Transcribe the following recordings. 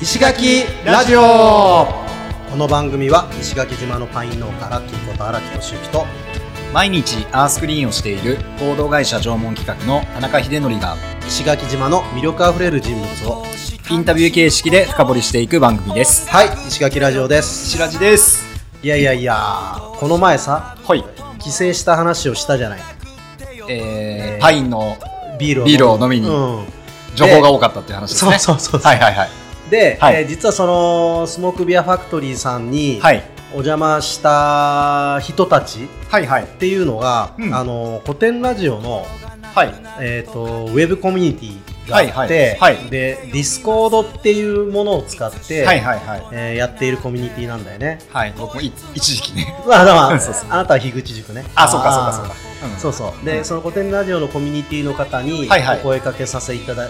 石垣ラジオこの番組は石垣島のパイン農家ラッキーこと荒木義之と毎日アースクリーンをしている報道会社縄文企画の田中秀則が石垣島の魅力あふれる人物をインタビュー形式で深掘りしていく番組ですはい石垣ラジオです白地ですいやいやいやこの前さはい帰省した話をしたじゃないえー、パインのビールをビールを飲みにうん情報が多かったっていう話ですそうねそうそうはいはいはいで、はいえー実はそのスモークビアファクトリーさんにはいお邪魔した人たちっはいはいていうのが、うんあの古典ラジオのはいえー、とウェブコミュニティがあって、はいはいはいでディスコードっていうものを使って、はいはいはいえーやっているコミュニティなんだよね。はい僕もい一時期ねまあ、だから そうそうあなたは樋口塾ね。あそうかそうかそうかあうんーそうそう。で、うんその古典ラジオのコミュニティの方にはいはいお声かけさせいただ、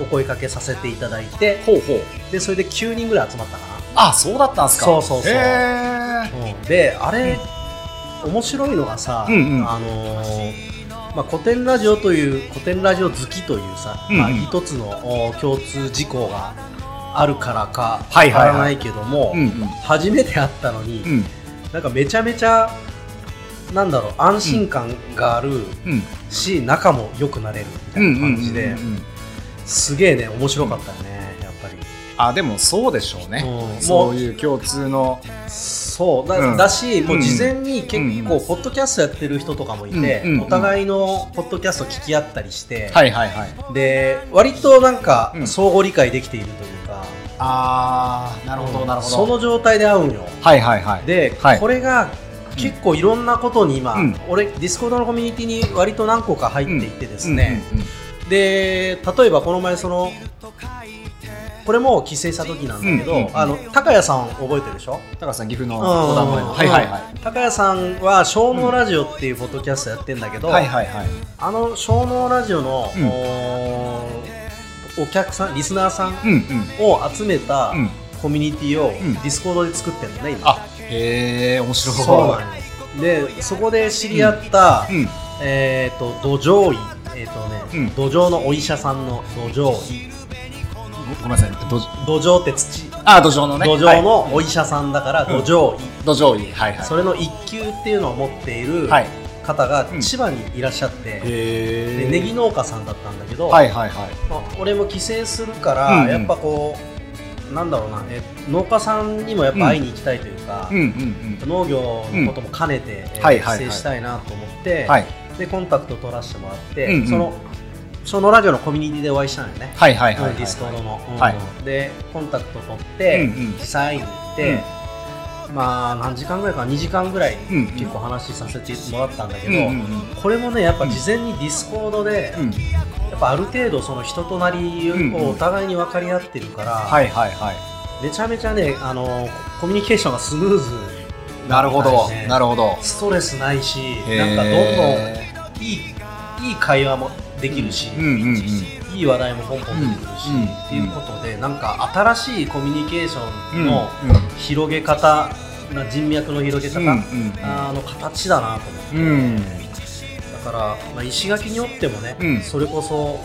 おお声かけさせていただいて、ほうほうでそれで9人ぐらい集まったかあそうだったんすかそうそうそうへーな。うんで、あれ、面白いのがさ、うんうんあのーまあ、古典ラジオという古典ラジオ好きというさ、うんうんまあ、一つのお共通事項があるからかはわいかはいはいらないけども、うん初めて会ったのに、うんうんなんかめちゃめちゃなんだろう安心感があるうんし、仲も良くなれるみたういんな感じで、うんうんうんすげえね面白かったよね、やっぱりあでもそうでしょうねうんそういう共通のそうだ,、うんだしもう事前に結う構んポッドキャストやってる人とかもいて、うんうんお互いのポッドキャスト聞き合ったりして、はいはいはいで割となんかうん相互理解できているというか、あーなるほどなるほどその状態で会うんよはいはいはいで、はいこれが結構いろんなことに今、うん俺ディスコードのコミュニティに割と何個か入っていてですね、うんうんで例えばこの前そのこれも帰省した時なんだけど、うんうんうんあの高谷さん覚えてるでしょうん高橋さん岐阜のうん五段前のはいはいはい高谷さんは「小脳ラジオ」っていうポッドキャストやってんだけど、はいはいはいあの小脳ラジオの、うんおーお客さんリスナーさんうんうんを集めたうんコミュニティをデんィスコードで作ってるのね今、あへえ面白いそうなんよでそこで知り合った、うんえっ、と土壌医えっ、とね、うん土壌のお医者さんの土壌医ごごめんなさいどじ土壌って土あ土壌のね土は壌いのお医者さんだから土壌医、土壌いいはいはいそれの一級っていうのを持っているはい方がうん千葉にいらっしゃって、でへネギ農家さんだったんだけど、はいはいはいまあ俺も帰省するから、うんうんやっぱこうなんだろうな、え農家さんにもやっぱ会いに行きたいというか、うんうんうん農業のことも兼ねて、えーはいはいはい帰省したいなと思って、はいでコンタクト取らせてもらって、うんうんそのそのラジオのコミュニティでお会いしたのよね、はいはいはいはいディスコードの、うんはいでコンタクト取って、うんうん被災に行って、まあ何時間ぐらいかな2時間ぐらいうんうん結構話させてもらったんだけうんど、うんうんこれもねやっぱ事前にディスコードで、うんやっぱある程度その人となりうんうんをお互いに分かり合ってるから、はいはいはいめちゃめちゃねあのコミュニケーションがスムーズなるほどなるるほどストレスないしへなんかどんーどんいいいい会話もできるし、うんうんうんいい話題もポンポン出てくるし、うんうんっていうことでなんか新しいコミュニケーションうんの広げ方、な人脈の広げ方、うんうんあの形だなと思ってうんだから、まあ、石垣によってもね、うんそれこそ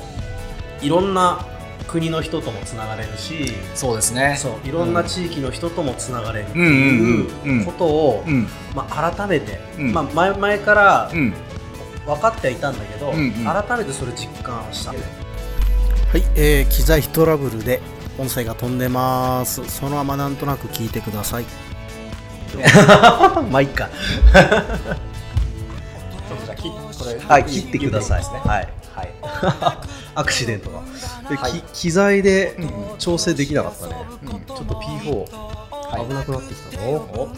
いろんな国の人ともつながれるしそうですねそういろんな地域の人ともつながれるってうんうんうんいううんことを、うんまあ、改めて、うんまあ、前前からうん分かってはいたんだけど、うんうん改めてそれ実感した、はい、え機材トラブルで音声が飛んでますそのままなんとなく聞いてください まあいいかちょっとじゃあ切これはい、切ってください。言ってみてはい。アクシデントが。で、き機材でうんうん調整できなかったね。うんちょっと P4 はい危なくなってきたの。お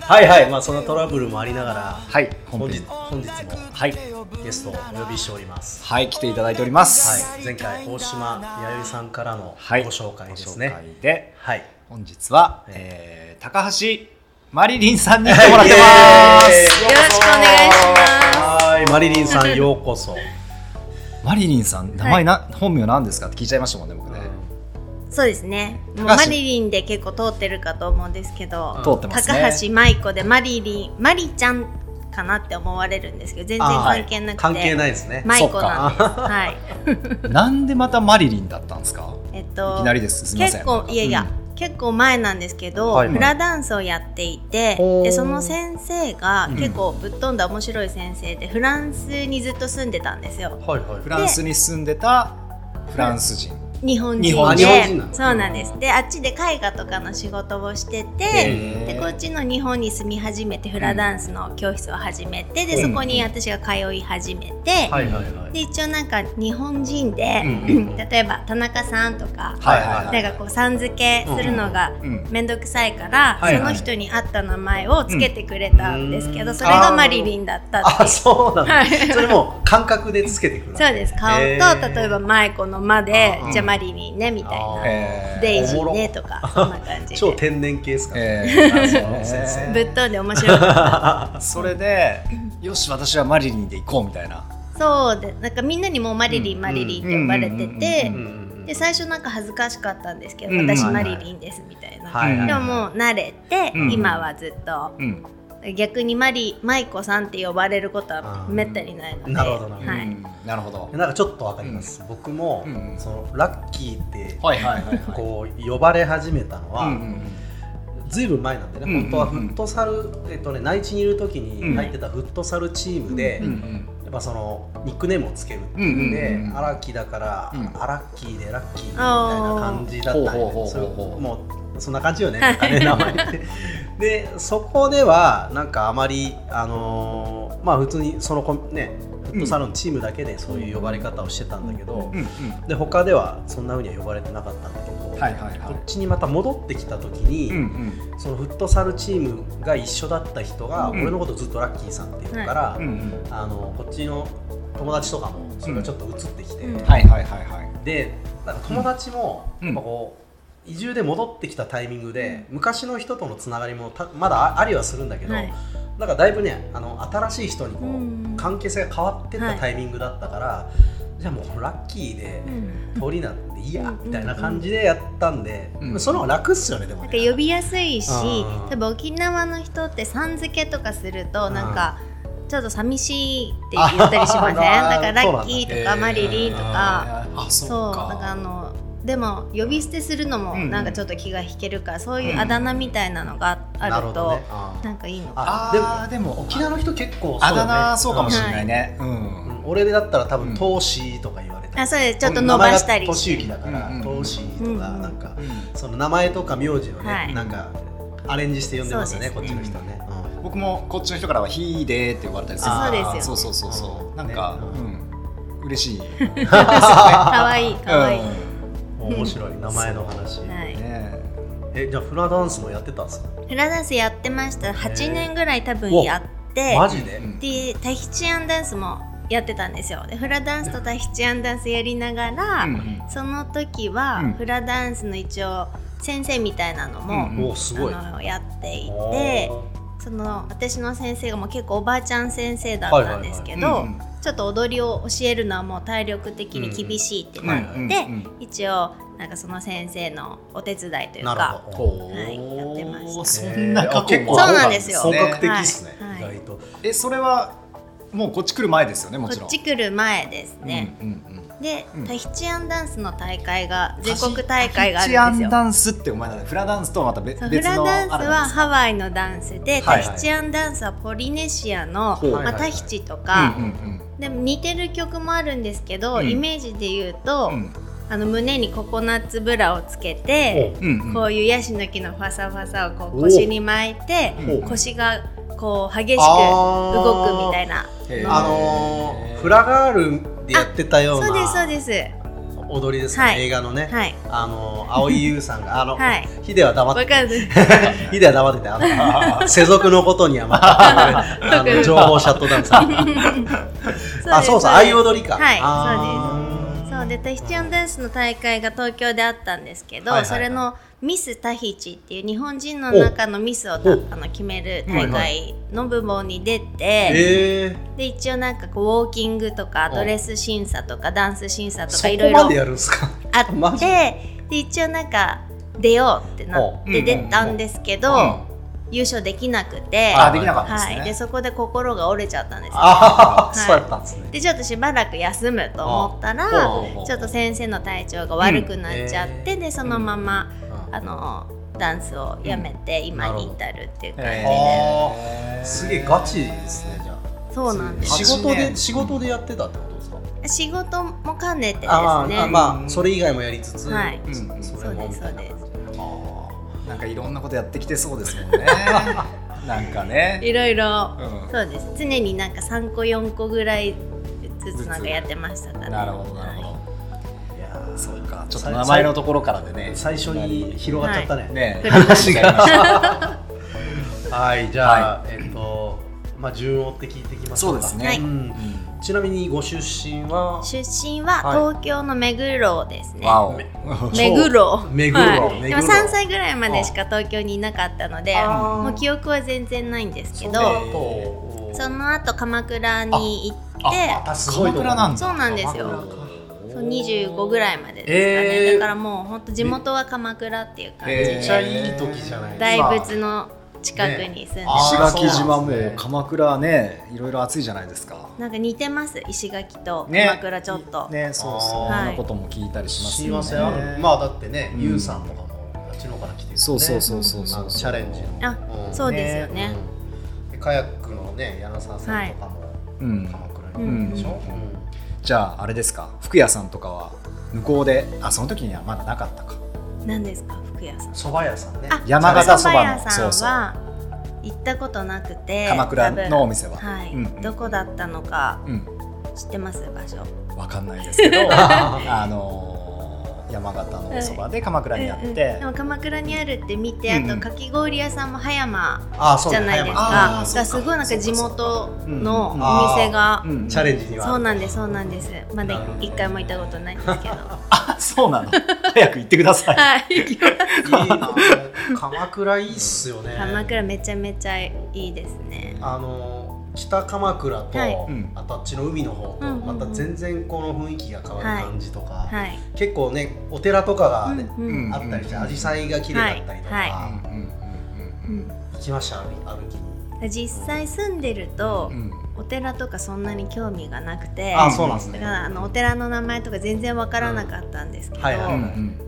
はいはい、まあそんなトラブルもありながら、はい本本日日本日もはいゲストをお呼びしております。はい来ていただいておりますはい、前回大島弥生さんからのはいご紹介ですご紹ね。介ではい。本日はえー高橋マリリンさんに来てはいもらってますイエーイよろしくお願いしまはい、マリリンさんようこそ。マリリンさん名前な本名なんですかって聞いちゃいましたもんね僕ねす。そうですね。もう高マ橋リリンで結構通ってるかと思うんですけど、通ってますね高橋舞子でマリリン、マリちゃんかなって思われるんですけど、全然あー関係なくて、関係ないですね。舞子なんです。はい。なんでまたマリリンだったんですかえっといきなりですすみません結構いやいや、結構前なんですけど、はいフラダンスをやっていてほうでその先生が結構ぶっ飛んだ面白い先生で、フランスにずっと住んでたんですよはいはいフランスに住んでたフランス人日本日人本で人あ日本人なのそうなんですであっちで絵画とかの仕事をしてて、へでこっちの日本に住み始めてフラダンスの教室を始めてでうんそこに私が通い始めて、はいはいはいで一応なんか日本人で、うんうん例えば田中さんとか、はいはいはいなんかこうさん付けするのがうん面倒くさいから、はいはいその人に合った名前をつけてくれたんですけど、それがマリリンだったってあいうそうなんはだいそれも感覚でつけてくるそうです顔と、へー例えば舞子の「間であー「じゃあマリリンね」みたいあなえ「ーデイジおもーろね」とかそんな感じ 超で天然系ですからえーなるほどね先生ぶっ飛んで面白いそれでよし私はマリリンで行こうみたいなそうでなんかみんなにもうマリリン、うんマリリンって呼ばれててうん うんうんで最初なんか恥ずかしかったんですけど、うん私はいマはいリリンですみたいな、はいはいでももう慣れて、うん今はずっとうん逆にマリマイコさんって呼ばれることはあーめったにないのでなるほどなるほどはうい、んなるほどなんかちょっとわかります、僕も、うんそのラッキーってはいはいはいはいこう呼ばれ始めたのは、うんうんずいぶん前なんでね、うん本当はうんフうんットサル、えっとね、内地にいる時うんに入ってたフットサルチームで、うんうんやっぱそのニックネームをつけるってうんうんういうんで、荒木だから、うんアラッキーでラッキーみたいな感じだったんで、おーそれほうほうほうほうもうそんな感じよね、なんかね名前って。でそこではなんかあまりあのーまあ普通にそのコミねフットサルのチームだけでそういう呼ばれ方をしてたんだけど、うんで他ではそんな風には呼ばれてなかったんだけど、うんはいはいはこっいちにまた戻ってきた時に。うんそのフットサルチームが一緒だった人が、うん俺のことずっとラッキーさんって言うから、うんうんあのこっちの友達とかもそれがちょっと移ってきて、うんはいはいはいはいでなんか友達も、うんやっぱこう移住で戻ってきたタイミングで、昔の人とのつながりもたまだあありはするんだけど、はいなんかだいぶねあの新しい人にこう、うん関係性が変わってっはたいタイミングだったから、じゃあもうラッキーでう。ん通りなんていいやうんみたいな感じでやったんで、うんその方が楽っすよねでもなんねか呼びやすいしあー多分沖縄の人ってさん付けとかするとなんかちょっと寂しいって言ったりしませあーんなんかラッキそうーとなかんだマリリンとかえーあそうそうなんかあかのでも呼び捨てするのもうんうんなんかちょっと気が引けるから、そういううんあだ名みたいなのがあなるほと、どねあーなんかいいのかああーでもでも沖沖縄縄の人結構そうだあよねだ名そうかもしんれないねうんうん俺だったら多うん分「投資」とか言われたありそうですちょっと伸ばした名前りが俊之だかうんうんら「投資」とかうんなんかその名前とか名字をはねいなんかアレンジして呼んでますよねそこうっでちすのね人ねうん僕もこっちの人からは「ひーで」って呼ばれたりするあそうですよねそうそうそうそうなんかうん嬉し いかわいいかわいい、うん面白い名前の話はいねえじゃあフラダンスもやってたんですかフラダンスやってました8年ぐらい多分やってマジでうんでタヒチアンダンスもやってたんですよでフラダンスとタヒチアンダンスやりながら、うんその時うんはフラダンスの一応先生みたいなのも、うんおすごいあのやっていおてーその私の先生がもう結構おばあちゃん先生だはいっはいたはんいですけうんど、ちょっと踊りを教えるのはもう体力的に厳しいってなって、うんうん一応なんかその先生のお手伝いというなかるほどほうはいやってましたそんな過去結も構そうなんですよ本格的ですねはい意はい外とえそれはもうこっち来る前ですよねもこちろんっち来る前ですね、うんうんうんで、うんタヒチアンダンスの大会が全国大会がタヒあるんですチアよンダンスってお前なんだフラダンスとはまたべ別そのうフラダンスあれなはんですハワイのダンスで、はいはいタヒチアンダンスはポリネシアの、ほうはいはまあ、いはいタヒチとか、うんうんでも似てる曲もあるんですけど、うんイメージで言うと、うんあの胸にココナッツブラをつけて、うんうんこういうヤシの木のファサファサをこう腰に巻いておう腰がこう激しくあー動くみたいなへーあのーフラガールでやってたようそうですそうなです踊りですね、はい映画のね、はいあの蒼井優さんがあの、はいヒデは黙っわてかる ヒデは黙っててあ の世俗のことにはまたあの情報シャットダウンさんあそうそうああいう踊りかはいあーそうでタヒチアンダンスの大会が東京であったんですけど、はいはいはいそれのミスタヒチっていう日本人の中のミスをたおあの決める大会の部門に出て、へえで一応なんかこうウォーキングとかおドレス審査とかダンス審査とそかこいろいまろでやるんですかあってマジで一応なんか出ようってなっおて出たんですけど、うん優勝できなくて、あ、できなかったですはね。い、でそこで心が折れちゃったんですよああ、いそうやったんですね。でちょっとしばらく休むと思ったあらほうほうほうちょっと先生の体調が悪くなっちゃって、でそのままうんあのダンスをやめて、今に至るっていう感じで、ああ、すげえガチですね、じゃあ。そうなんで仕す事八で、年仕事でやってたってことですか。仕事も兼ねてですねあーあ、まあ、それ以外もやりつつ。はいうんうんそれもみたいな感じ。あなんかいろんなことやってきてそうですもん ね。なんかね。いろいろうんそうです常になんか3個4個ぐらいずつなんかやってましたから、なるほどなるはほいーいやど。ーそうか。ちょっと名前のところからでね。最初に広がっちゃったね。ねはい話がありました。はい、じゃあ、えっと、まあ、順を追って聞いていきましょ そううか。ですはねい。んちなみにご出身は出身ははい東京の目黒ですね、わお。目黒目黒はい、目で黒も3歳ぐらいまでしか東京にいなかったのであーもう記憶は全然ないんですけそのど後その後鎌倉に行っまてたすごいとこ鎌倉なんだそうなんですよそう25ぐらいまでですかね、えーだからもうほんと地元は鎌倉っていう感じめでっちゃいい時じゃない大仏の近くに住んであます、石垣島そうなんですもね鎌倉ね、いろいろ暑いじゃないですか。なんか似てます石垣とね鎌倉ちょっと、ね、そうそあう。ーそんなことも聞いたりしますすよいね。ませんあのまあだってねゆうさんとかもあっちの方から来てるんでねそうそうそうそうそあう。のチャレンジあのんそうですよねうんでカヤックのね柳沢さんとかもうん。鎌倉にいるでしょじゃああれですか。福屋さんとかは向こうで、あその時にはまだなかったか。何ですか服屋さんそば屋さんねあ山形そばの蕎麦屋そうそうさんは行ったことなくて鎌倉のお店多は。分はい、うんどこだったのかうん。知ってます場所わかんないです けどあのー山形のおそばで鎌倉にやって、うんうんでも鎌倉にあるって見て、うんうんあとかき氷屋さんも葉山あそうじねゃないです葉葉山かあーがそうかすごいなんか地元のおうん店が、うん山チャレンジにはそうなんですそうなんですまだ一回も行ったことないんですけどはあそうなの早く行ってくださいい 行きますいいな鎌倉いいっすよね鎌倉めちゃめちゃいいですねあの北鎌倉と、はいうんあとあっちの海の方と、うんうんうんまた全然この雰囲気が変わる感じとか、はい、結構ねお寺とかがね、うんうんうんあったりして紫陽花が綺麗だったりとか、はいうんはうん行きました歩歩きに実際住んでるとうんう、んうんお寺とかそんなに興味がなくてあそうなんですだかねらあのお寺の名前とか全然わからなかったんですけど、うんはいはういんう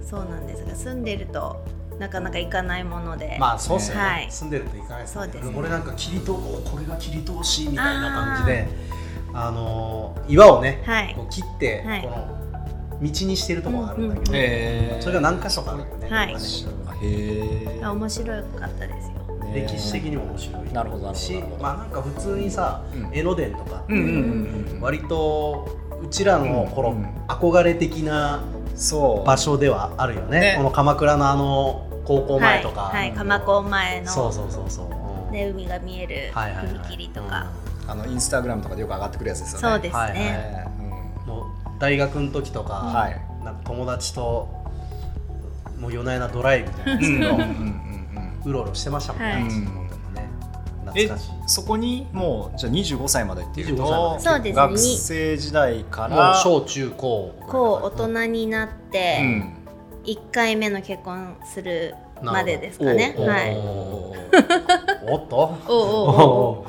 んそうなんですが住んでるとなかなか行かないもので、まあそうっすよね、はい住んでると行かないですよそうですね俺なんか切りとここれが切り通しみたいな感じであのー岩をね、はいこう切って、はいこの道にしてるところがあるんだけど、うんうんへーそれが何箇所かあるよね,、はいねあへー面白かったですよ。ね歴史的にも面白いなるほどなるほどしなるほどまあなんか普通にさ、うん江ノ電とかってうんうんうんうん割とうちらの頃、うん憧れ的なそう場所ではあるよねねこの鎌倉のあの高校前とか、はい、はい、鎌子前のそうそうそうそう、で海が見えるはいはいはい踏切とか、あのインスタグラムとかでよく上がってくるやつですよねそうですね、はいはいねうんもう大学の時とか、うんはいなんか友達ともう夜な夜なドライブみたいなのうしんてうんうんううんろうろしてましたもんね、はいうんねえ懐かしいそこにもうじゃあ25歳までってい25うと歳までそう学ですね生時代かもうら小中高こう大人になっうてん1回目の結婚するまでですおかね、おはいおおっとおおうおうお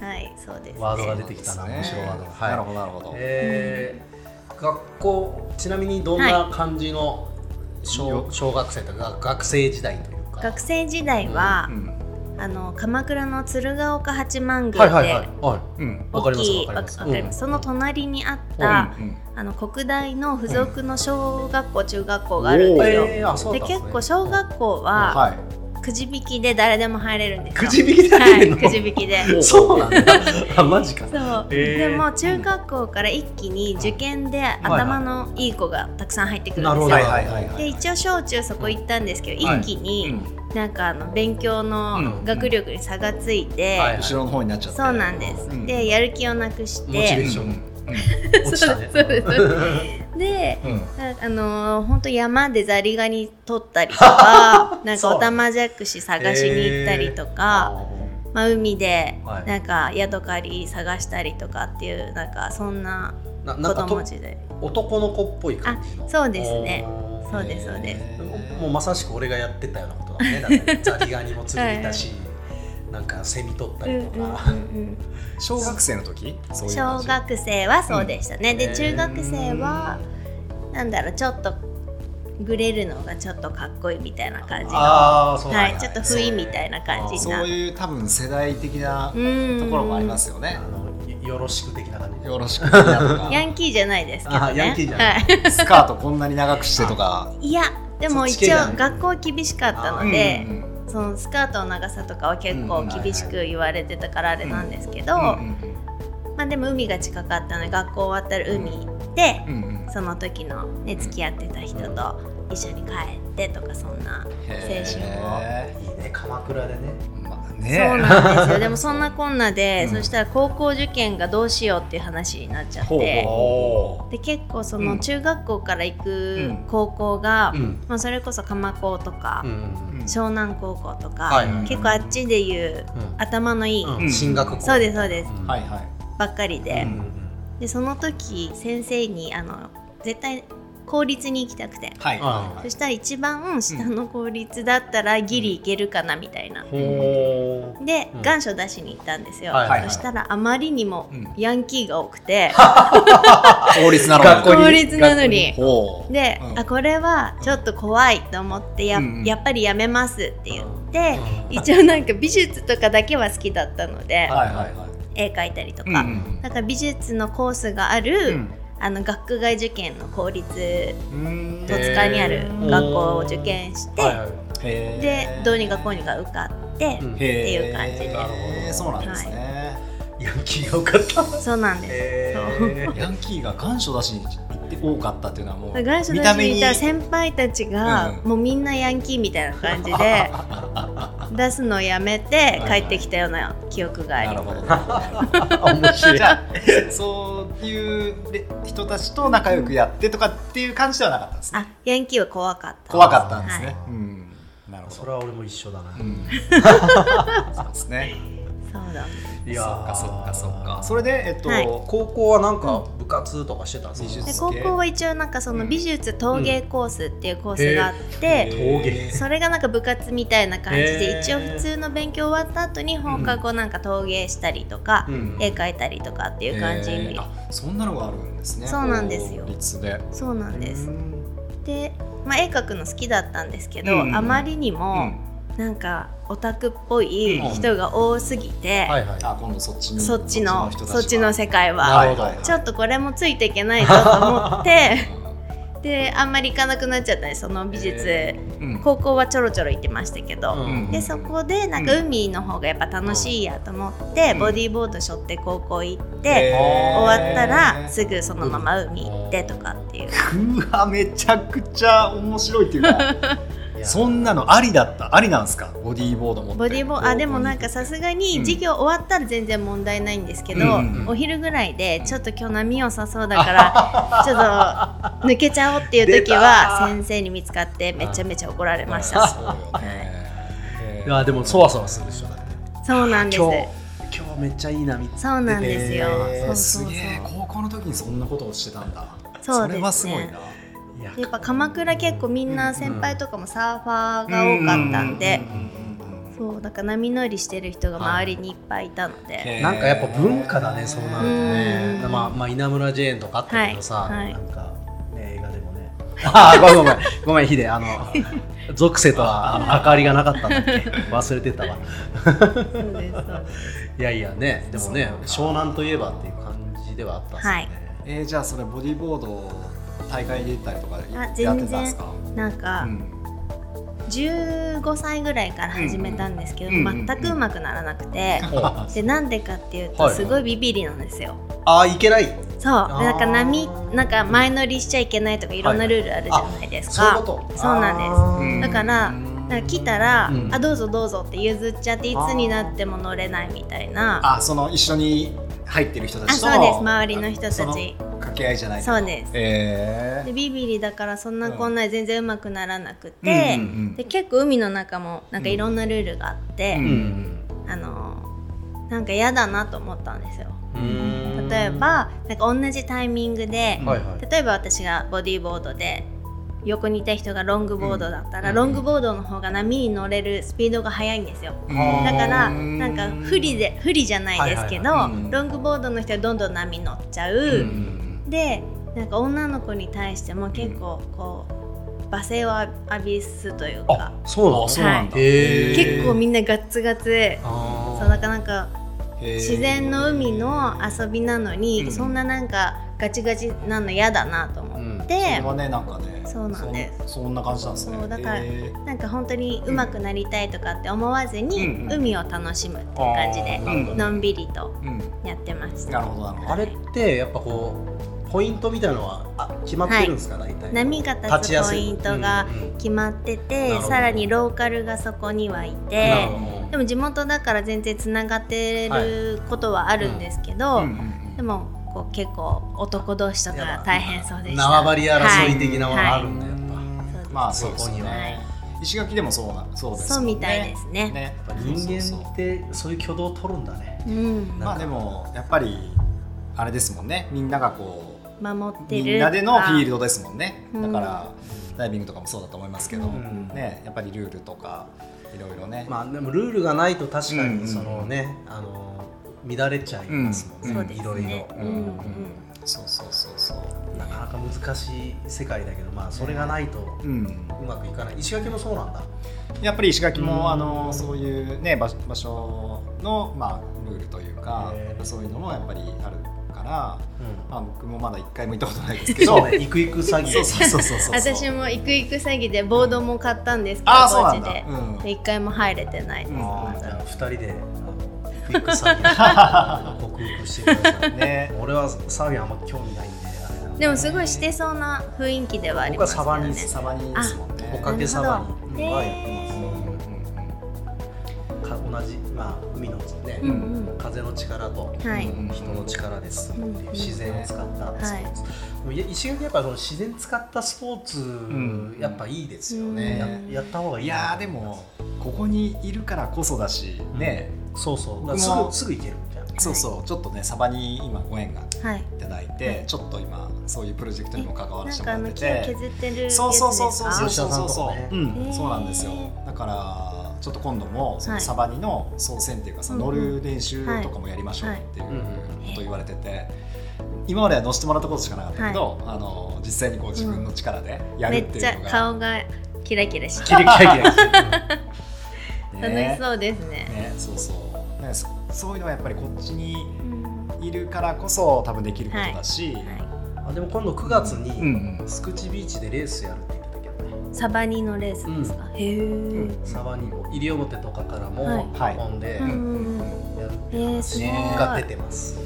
うはいそうですねワードが出てきたなそう面です白ねいワードがなるほどなるほど、えー学校ちなみにどんな感じの小,、よ小学生というか学生時代というか学生時代はう、んあの鎌倉の鶴岡八幡宮はいではいはいはいうんわか大りますきわいかりますわわかりますその隣にあった、うんあの国大の付属の小学校、中学校があるんですよ。えーあそうでだったんす結ね構小学校ははいくじ引きで誰でも入れるんですくよ。じ引きだはけい、の、くじ引きで。そう なんだあマジかそう、えーでも中学校から一気に受験で頭のいい子がたくさん入ってくるんですよ。なはるいほどはいはいはでい一応小中そこ行ったんですけど、はい一気うにんなんかあの勉強の学力に差がついて、はい後ろの方になっちゃってそうなんです、うんでやる気をなくしモチベーてションそう落ちたねそうですでうんうんああの本当山でザリガニ取ったり とかなんそうかオタマジャクシ探しに行ったりとか、まあ、海ではいなんか宿借り探したりとかっていうなんかそんな なな子んか供と時代男の子っぽい感じのあそうですねおーそうですそうです もうまさしく俺がやってたようなことだねだってザリガニも釣りにいたし、なんかセミ取ったうんうりんとうんか、うん小学生の時そういう感小じ学生はそうでしたね、うんで中学生はなんだろうちょっとグレるのがちょっとかっこいいみたいな感じの ああそうなんはだい、ちょっと不意みたいな感じなそういう多分世代的なうんところもありますよあね。のよよろしく的な感じよろしくみんなとかヤンキーじゃないですけどあねヤンキーじゃないはい、スカートこんなに長くしてとか。いやでもそっち一系応だね学校厳しかったので、そのスカートの長さとかは結構厳しく言われてたからあれなんですけど、まあでも海が近かったので学校終わったら海行って、その時のね付き合ってた人と一緒に帰ってとかそんな、いいを。ね鎌倉でねまあそうね。な んですよでもそんなこんなで、うんそしたら高校受験がどうしようっていう話になっちゃって。ほうほで結構そうんの中学校から行うくん高校が、んまあ、それこそ鎌高とか、うんう。湘南高校とか、はいはい結構あっちでいう頭のいい、うんうん進学校そうですそうですんはいはい。ばっかりで,、うんでその時先生にあの絶対公立に行きたくて、はいはいそしたら一番下の公立だったらギリ行けるかなみたいな。ほーで、うん願書出しに行ったんですよ、はいはいはいそしたらあまりにもうんヤンキーが多くて、はい。法律なのに。学校に公立なのにほう。で、うんあこれはちょっと怖いと思ってや,、うんうんやっぱりやめますって言って、うん一応なんか美術とかだけは好きだったので、はいはいはい。絵描いたりとか、うんうんなんか美術のコースがある、あの学区外受験の公立うん。戸塚にあるうん学校を受験して、はいはいへーでどうにかこうにか受かって、うんていう感じでへーなるほどそうなんですね。ヤンキーが多かったそうなんです。えヤンキーが願書出しに行って多かったっていうのはもう願書出見したに目いにた先輩たちが、うんもうみんなヤンキーみたいな感じで出すのをやめて帰ってきたような記憶がありなまするほど。面白い。じゃあそういうで人たちと仲良くやってとかっていう感じではなかったんですね。あ、ヤンキーは怖かった。怖かったんですね。はいうん。なるほど。それは俺も一緒だな、うん。そうですね。そうだ。いやそーっかそっかそっか。それでえっと、はい高校はなんか部活とかしてたんです美かで術高校は一応なんかその美術陶芸コースっていうコースがあって、陶芸それがなんか部活みたいな感じへーで一応普通の勉強終わった後に放課後なんか陶芸したりとか、うん絵描いたりとかっていう感じへーあそんなのがあるんですね。そうなんですよ法律で。そうなんですう。んで、まあ絵描くの好きだったんですけど、うんあまりにもなんかオタクっぽい人が多すぎて、はいはいあ今度そっちにそっちの人たそっちの世界なるはほどちょっとこれもついていけないぞと思って。であんまり行かなくなっちゃったねその美術、へうん高校はちょろちょろ行ってましたけど、うんでそこでなんか海の方がやっぱ楽しいやと思って、うんボディーボード背負って高校行っへて、ー終わったらすぐそのまま海行ってとかっていう、うわめちゃくちゃ面白いっていうかいやそんなのありだったありなんですかボディーボード持ってボディーボードあでもなんかさすがに授業終わったら全然問題ないんですけど、うんうんうんお昼ぐらいでちょっと今日波良さそうだ からちょっと抜けちゃおうっていう時は先生に見つかってめちゃめちゃ怒られましたそうよねえいーやでもそわそわするでしょだってそうなんです今日今日めっちゃいいなみたいそうなんですよ。えーそうすそうげえ高校の時にそんなことをしてたんだそうですねれはすごいなないややっぱ鎌倉結構みんな先輩とかもサーファーが多かったんで、そうだから波乗りしてる人が周りにいっぱいいたので、なんかやっぱ文化だねそうなるとねうんまあ、まあ、稲村ジェーンとかあったけどさ、はいはいなんか、ね、映画でもね ああごめんごめんごめんヒデ あの属性とはあの関わりがなかったんだっけ忘れてたわそうですそうですいやいやねでもねそ湘南といえばっていう感じではあったっすよね、はいえーじゃあそれボディーボード大会に出たりとかやあってたん全然ですかなんかうん15歳ぐらいから始めたんですけど、うんうん全くうまくならなくて、あでなんでかっていうはといすごいビビりなんですよ。あーいけないそうーなんか波なんか前乗りしちゃいけないとかいろんなルールあるじゃないですそういうか。ことそうなんですあーだからうんなんか来たら、うんあどうぞどうぞって譲っちゃっていつになっても乗れないみたいなああその一緒に入ってる人たちとそうです周りの人たちそのそ掛け合いじゃないけどうですえでビビリだからそんなこんなで全然うまくならなくーて、うんうんで結構海の中もなんかいろんなルールがあってう、うんんあのなんか嫌だなと思ったんですようん例えばなんか同じタイミングで、はいはい例えば私がボディーボードで横にいた人がロングボードだったら、ロングボードの方が波に乗れるスピードが速いんですよ、だからなんか不利で不利じゃないですけど、ロングボードの人はどんどん波に乗っちゃう、でなんか女の子に対しても結構こう。罵声を浴びすというかそうなんだ、はい、結構みんなガッツガツでそうなかなか自然の海の遊びなのに、うん、そんななんかガチガチなの嫌だなと思って、うん、それはねなんかねそうなんですそんな感じなんですねそうだからなんか本当にうまくなりたいとかって思わずに、うん、海を楽しむっていう感じで、のんびりとやってましなた、るほどなるほど、あれってやっぱこうポイントみたいのは決まってるんですか、はい、大体波が立つポイントが決まってて、うんうん、さらにローカルがそこにはいてでも地元だから全然つながってることはあるんですけど、でもこう結構男同士とか大変そうでした縄張り争い的なものあるんだ、はいはい、やっぱ、まあそこには。石垣でもそうなそうです、ね、そうみたいですね。ね人間ってそういう挙動を取るんだね。うん、まあでもやっぱりあれですもんね。みんながこう守ってるみんなでのフィールドですもんね、だから、うん、ダイビングとかもそうだと思いますけど、うん、ね、やっぱりルールとかいろいろね、まあ、でもルールがないと確かにそのね、うんうん、あの乱れちゃいますもんね、うん、いろいろ、ね、うんうん、そうそうそうそうなかなか難しい世界だけど、まあ、それがないとうまくいかない、石垣もそうなんだやっぱり石垣も、あのそういうね場所の、まあ、ルールというかそういうのもやっぱりあるから、うん、まあ僕もまだ一回も行ったことないですけど、行く行く詐欺。そうそうそうそう私も行く行く詐欺でボードも買ったんですけど、当時で、う一回も入れてないです。二、人で。行く詐 欺。克服してくださいね。俺は詐欺あんま興味ないんで。でもすごいしてそうな雰囲気ではありますサバニサバニですもんね。おかげサバニはやってます。同じまあ海のね、風の力と人の力で進むっていう自然を使ったスポーツ、はい、石垣やっぱその自然使ったスポーツ、やっぱいいですよね、やった方がいいいやでもここにいるからこそだしね、そうそうすぐすぐ行けるみたいなそ うそうちょっとねサバに今ご縁がいただいて、ちょっと今そういうプロジェクトにも関わらせてもらっててそうそうそうそうそうそうそうそうなんですよだからちょっと今度もそのサバニの操船っていうかさ、乗る練習とかもやりましょうっていうこと言われてて。今までは乗せてもらったことしかなかったけど、あの実際にこう自分の力でやるっていうのが、顔がキラキラしてキラキラして楽しそうですねねそうそうねそういうのはやっぱりこっちにいるからこそ多分できることだし、あでも今度9月にスクチビーチでレースやるってサバニのレースですか、へえ、サバニも西表とかからも飛んでやるっていうが出てます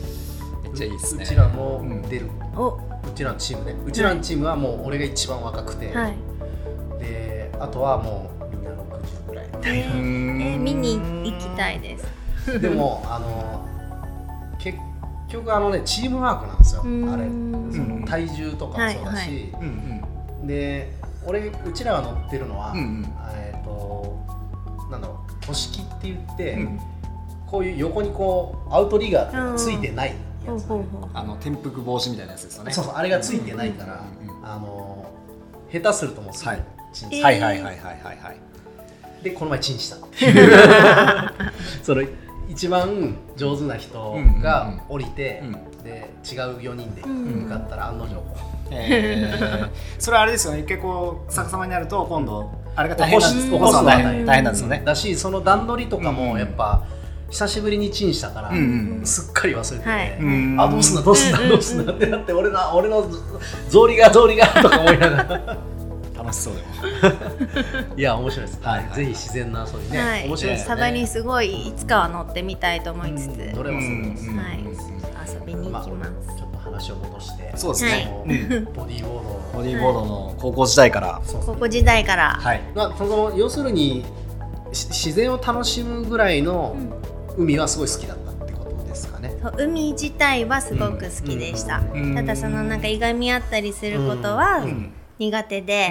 めっちゃいいですねうちらも出る、うちらのチームねうちらのチームはもう俺が一番若くて、であとはもうみんな60ぐらい みたいな、えー、見に行きたいですでもあの結局あのねチームワークなんですよあれその体重とかもそうだし、で俺うちらが乗ってるのは、えっ、となんだろう腰切って言って、こういう横にこうアウトリガーっていうのがついてないやつ、あの転覆防止みたいなやつですよねそうそうあれがついてないから、あの下手するともうはい、はいはいはいはいはいでこの前チン したその一番上手な人が降りて、で違う4人で向かったら案の定こう。えー、 それはあれですよね一回こう逆さまになると今度あれが大変なんです起こすの大変なんですよねだしその段取りとかもやっぱ、久しぶりにチンしたから、すっかり忘れて、ねあどうすんだどうすんだどうすんだってなって俺の俺の草履が草履がとか思いなが ら楽しそうでもいや面白いです、はいぜひ自然な遊びね、はい、面白いサバにすごいいつかは乗ってみたいと思いつつ、どれもそうはい、遊びに行きます、話を戻してそうですね、ボディーボードボディーボードの高校時代から、高校時代からはいまあその要するに自然を楽しむぐらいの海はすごい好きだったってことですかね、海自体はすごく好きでした、ただそのなんかいがみ合ったりすることは苦手で、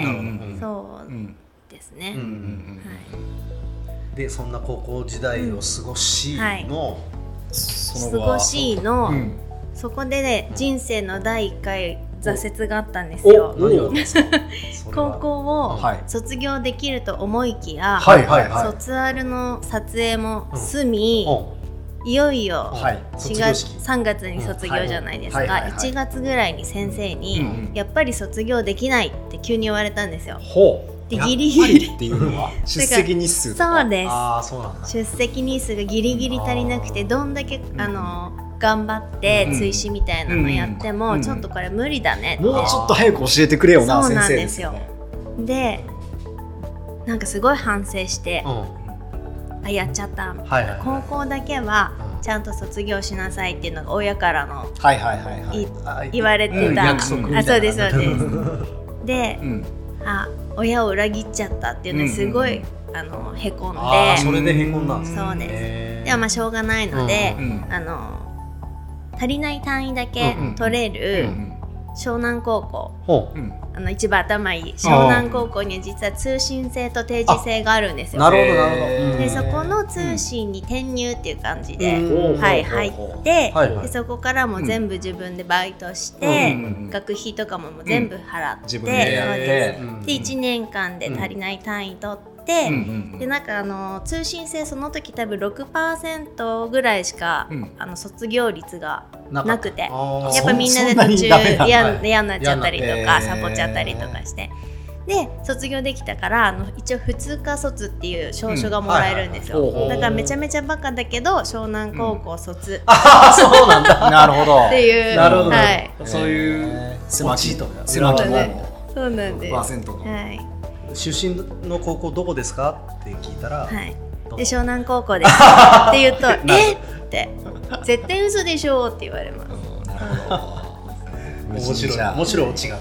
そうですね、はいでそんな高校時代を過ごしの、過ごしの、そこでね人生の第1回挫折があったんですよ。何がですか高校を卒業できると思いきや、はいはいはい、卒アルの撮影も済み、うん、いよいよ4月、はい、3月に卒業じゃないですか、うんはいはい、1月ぐらいに先生に、うん、やっぱり卒業できないって急に言われたんですよ。でギリギリっていう のは出席日数そうです出席日数がギリギリ足りなくてどんだけあの頑張って追試みたいなのやっても、うん、ちょっとこれ無理だねもうちょっと早く教えてくれよなそうなんですよでなんかすごい反省して、うん、あやっちゃった、はいはい、高校だけはちゃんと卒業しなさいっていうのが親からの、、はいはい言われてた、うん、あそうですそうですで、あ親を裏切っちゃったっていうのすごい、うんうんうん、あのへこんで、それでへこんだんですね、そうですではまあしょうがないので、うんうん、あの足りない単位だけ取れる、湘南高校、うんうん、あの一番頭いい湘南高校には実は通信制と定時制があるんですよ。なるほどなるほど。でそこの通信に転入っていう感じで、うん、はい入って、はいはい、でそこからも全部自分でバイトして、うん、学費とかもも全部払って、うん、でで1年間で足りない単位取って。うんうんうん、でなんかあの通信制その時多分6%ぐらいしか、うん、あの卒業率がなくてやっぱみんなで途中嫌になっちゃったりとかサボっちゃったりとかして。で卒業できたからあの一応普通科卒っていう証書がもらえるんですよ、うんはいはい、だからめちゃめちゃバカだけど湘南高校卒、うん、ああそうなん だなるほどっていうなるほど、はい、そういう狭きと狭きそうなんですパーセントの、はい出身の高校どこですかって聞いたら、はい、で湘南高校です って言うと「えっ!」って「絶対嘘でしょ」って言われます。面白い面白い違ったね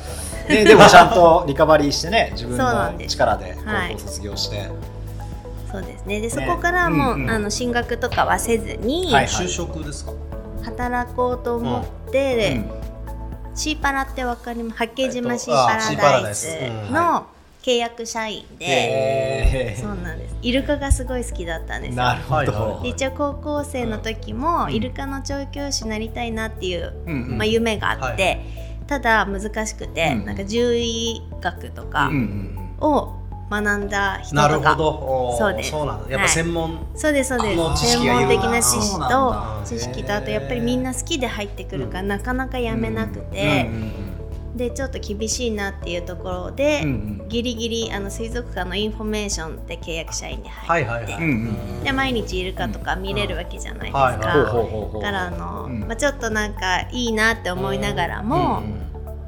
ね、でもちゃんとリカバリーしてね自分の力で高校卒業して。そうですね、はい、でそこからもう、ねうんうん、あの進学とかはせずに、はいはい、就職ですか働こうと思って、うんうん、シーパラってわかります八景島シーパラダイスの、契約社員で、そうなんですイルカがすごい好きだったんですなるほど一応高校生の時も、うん、イルカの調教師になりたいなっていう、うん、まあ、夢があって、うん、ただ難しくて、なんか獣医学とかを学んだ人とか、なるほどそうです、そうなんやっぱ専門、はいそうですそうです専門的な知識と知識とあとやっぱりみんな好きで入ってくるから、なかなかやめなくて。でちょっと厳しいなっていうところで、うんうん、ギリギリあの水族館のインフォメーションで契約社員で入って、はいはいはいうんうん、で毎日イルカとか見れるわけじゃないですか、だからあの、うん、まあ、ちょっとなんかいいなって思いながらも、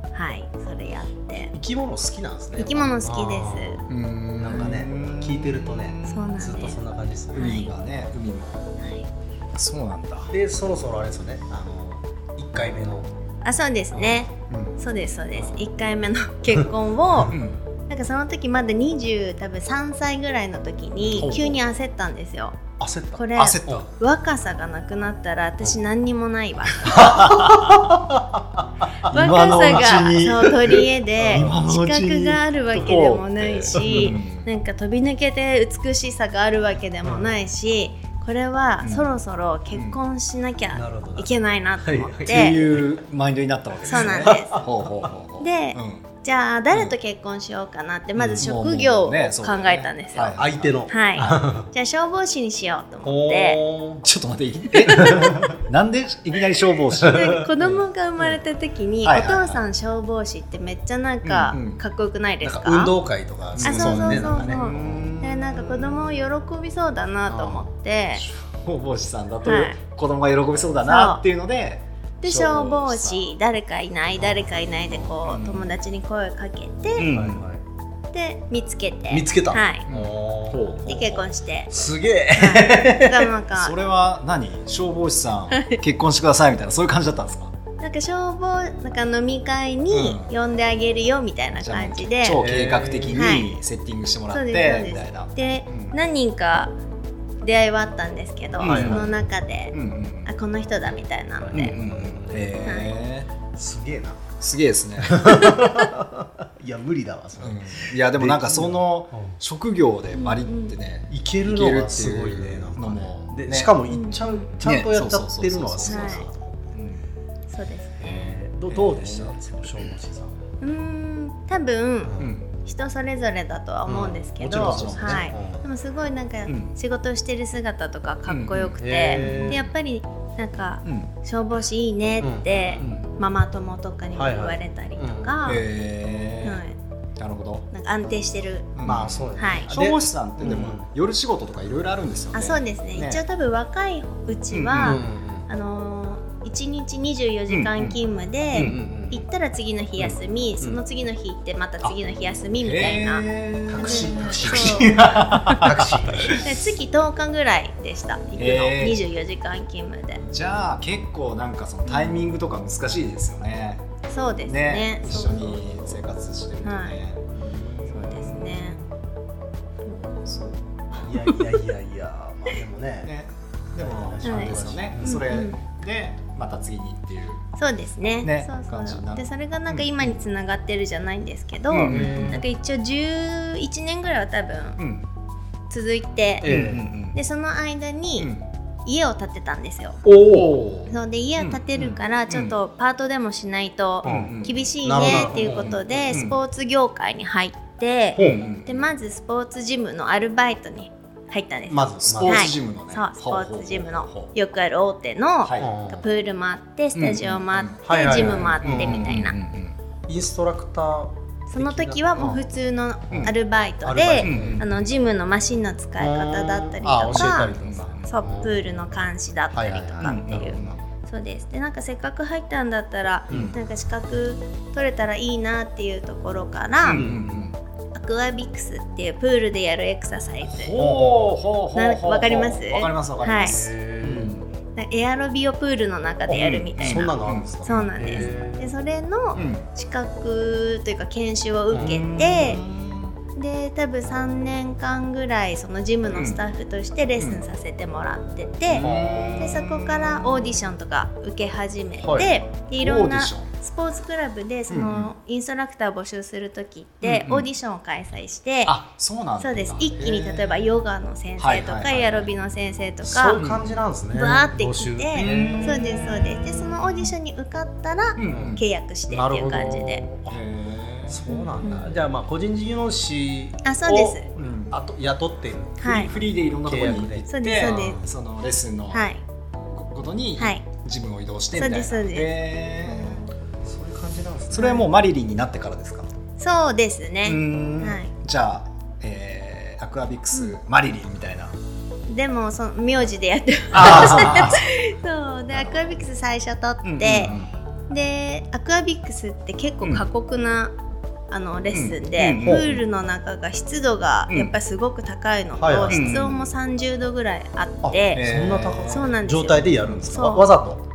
うん、はいそれやって生き物好きなんですね生き物好きですうんなんかね聞いてるとねそうなんずっとそんな感じです、ね、海がね、はい、海も、はい、そうなんだでそろそろあれですよねあの1回目のあそうですね、うん、そうですそうです1回 目の結婚を、うん、なんかその時まだ20多分3歳ぐらいの時に急に焦ったんですよ焦ったこれ若さがなくなったら私何にもないわ若さがそう取り柄で資格があるわけでもないし、うん、なんか飛び抜けて美しさがあるわけでもないし、これはそろそろ結婚しなきゃいけないなと思って、うんうんはい、いうマインドになったわけです、ね、そうなんですで、うん、じゃあ誰と結婚しようかなってまず職業を考えたんですよ、ねねはい、相手の はいじゃあ消防士にしようと思ってちょっと待って なんでいきなり消防士子供が生まれた時に、お父さん消防士ってめっちゃなんかかっこよくないですか,うんうん、運動会とかあそうそうそうそうでなんか子供を喜びそうだなと思って、消防士さんだと子供が喜びそうだなっていうので、はいで消防士誰かいない誰かいないでこう友達に声かけて、うんうん、で見つけて見つけたはいで結婚 してすげえ、はい、なんかそれは何消防士さん結婚してくださいみたいなそういう感じだったんですかなんか消防なんか飲み会に呼んであげるよみたいな感じで、うん、超計画的にセッティングしてもらって、はい、みたいな。で、うん、何人か出会いはあったんですけど、うん、その中で、うんうん、あこの人だみたいなので、うんうんえーはい、すげえなすげえですねいや無理だわそれ、いやでもなんかその職業でバリってね、いけるのがすごいねなんかも、ね、しかもちゃんちゃんとやっちゃってるのはすごい、ね、そうですね。どどうでした、えー、その消防士さんうん多分、人それぞれだとは思うんですけど、はい、でもすごいなんか仕事をしてる姿とかかっこよくて、でやっぱりなんか、消防士いいねって、ママ友とかにも言われたりとか、はいなるほど。なんか安定してる。まあそうです、はい。消防士さんってでも夜仕事とかいろいろあるんですよね。あそうですね。一応多分若いうちは、あの一日二十四時間勤務で、行ったら次の日休み、その次の日行ってまた次の日休みみたいな。タクシータクシータクシー。月十日ぐらいでした。行くの二十四時間勤務で。 じゃあ結構なんかそのタイミングとか難しいですよね。そうですね。一緒に生活してるとね。ね。いやいやいやいや、まあでも ね。でも、そうですよね。それで、また次にっていう。そうですね。ねそうそう。で、それがなんか今につながってるじゃないんですけど、なんか一応十一年ぐらいは多分。続いて、で、その間に。家を建てたんですよ。そうで家を建てるからちょっとパートでもしないと厳しいねっていうことでスポーツ業界に入ってっでまずスポーツジムのアルバイトに入ったんですまずスポーツジムのね、そうスポーツジムのよくある大手の、プールもあってスタジオもあって、ジムもあってみたいな、インストラクターその時はもう普通のアルバイトで、あのジムのマシンの使い方だったりとかそうプールの監視だったりとかっていう。そうですでなんかせっかく入ったんだったら、なんか資格取れたらいいなっていうところから、アクアビクスっていうプールでやるエクササイズわかりますわかりますわかります、エアロビをプールの中でやるみたいな、そうなんですでそれの資格というか研修を受けて、で多分3年間ぐらいそのジムのスタッフとしてレッスンさせてもらってて、でそこからオーディションとか受け始めて、でいろんなスポーツクラブでそのインストラクター募集する時ってオーディションを開催して、あそうなんそうです一気に例えばヨガの先生とかエアロビの先生とか、そういう感じなんですねバーって来てそうですそうですでそのオーディションに受かったら契約してっていう感じで、そうなんだ、じゃあまあ個人事業主あそうです、あと雇ってはい、フリーでいろんなところに行ってそうですそうですそのレッスンのことに自分を移動してみたいな、はい、そうですそうですそれはもうマリリンになってからですか、そうですね、はいじゃあ、えー、アクアビクス、マリリンみたいなでもその名字でやってましたそうでアクアビクス最初取って、でアクアビクスって結構過酷な、あのレッスンで、プールの中が湿度がやっぱりすごく高いのと、室温も30度ぐらいあって、そんな高そうなんです状態でやるんですかわざと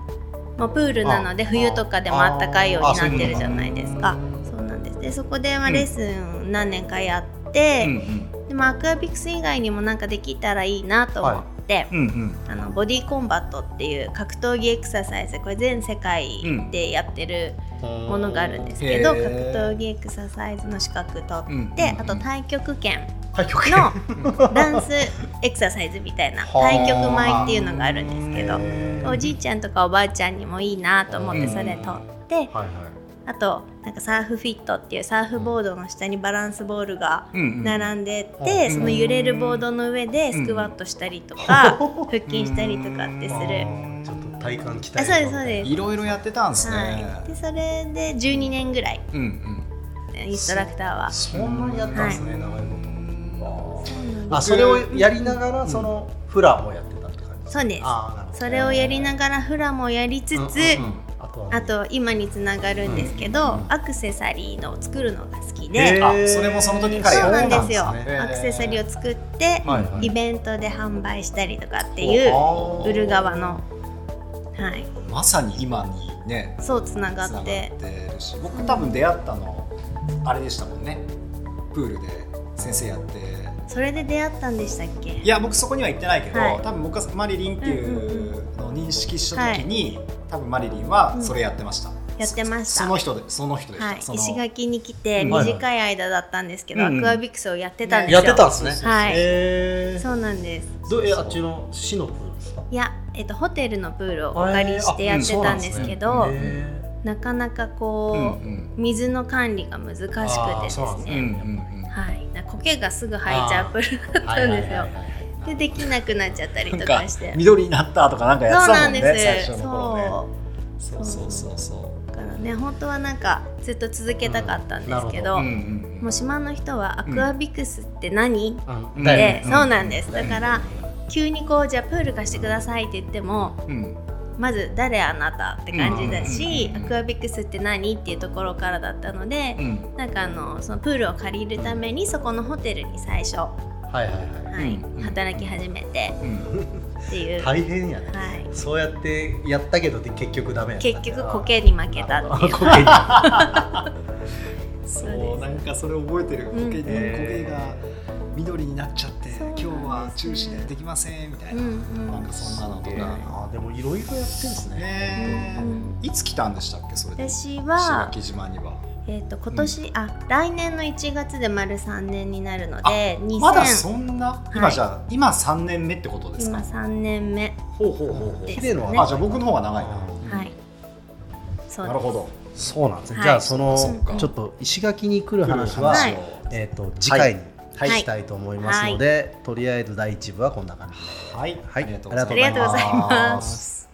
まあ、プールなので冬とかでもあったかいようになってるじゃないですかそうなんですでそこでまあレッスン何年かやって、でもアクアビクス以外にもなんかできたらいいなと思って、あのボディコンバットっていう格闘技エクササイズこれ全世界でやってるものがあるんですけど、格闘技エクササイズの資格取って、あと太極拳 のダンスエクササイズみたいな太極舞っていうのがあるんですけど。おじいちゃんとかおばあちゃんにもいいなと思ってそれ取って、あとなんかサーフフィットっていうサーフボードの下にバランスボールが並んでて、その揺れるボードの上でスクワットしたりとか、腹筋したりとかってする。ちょっと体幹鍛えそうですそうです、いろいろやってたんですね、はいでそれで12年ぐらい、インストラクターはそんなにやったんですね、長いことあそれをやりながらそのフラもやってたって感じそうですそれをやりながらフラもやりつつ、あと今につながるんですけど、アクセサリーの作るのが好きで、それもその時からそうなんですよ、アクセサリーを作って、イベントで販売したりとかっていう売る側の、はい、まさに今にねそうつながってるし僕多分出会ったの、あれでしたもんねプールで先生やってそれで出会ったんでしたっけいや僕そこには行ってないけど、はい、多分僕はマリリンっていうのを認識した時に、多分マリリンはそれやってました、やってましたその人でその人でした、はい、石垣に来て短い間だったんですけど、アクアビクスをやってたんですよ、やってたんですねはいそうなんですどえあっちの市のプールですかいや、えっと、ホテルのプールをお借りしてやってたんですけど、なかなかこう、うんうん、水の管理が難しくてですねはい苔がすぐ生えちゃうプールだったんですよ。でできなくなっちゃったりとかして緑になったとかなんかやってたもんねそうそうそうそうそうだからね本当はなんかずっと続けたかったんですけど,、もう島の人は「アクアビクスって何って、そうなんです、だから急にこうじゃあプール貸してくださいって言っても、まず「誰あなた?」って感じだし「アクアビックスって何?」っていうところからだったので、うん、なんかあのそのプールを借りるためにそこのホテルに最初、はい働き始めて、っていう大変やね、はい、そうやってやったけど結局ダメや結局苔に負けたっていうそうなんかそれ覚えてる苔,、苔が緑になっちゃって今日は中止でできませんみたいな、なんかそんなのとか、あでもいろいろやってるんですねいつ来たんでしたっけそれで私は島にはえー、と今年、あ来年の1月で丸3年になるのでまだそんな今じゃ、今3年目ってことですか今3年目ほうほうほうほう、ね、のあじゃ僕の方が長いなはいなるほどそうなんですね、じゃあそのちょっと石垣に来る話は、えー、と次回に、はい、したいと思いますので、とりあえず第1部はこんな感じはい、はい、ありがとうございます。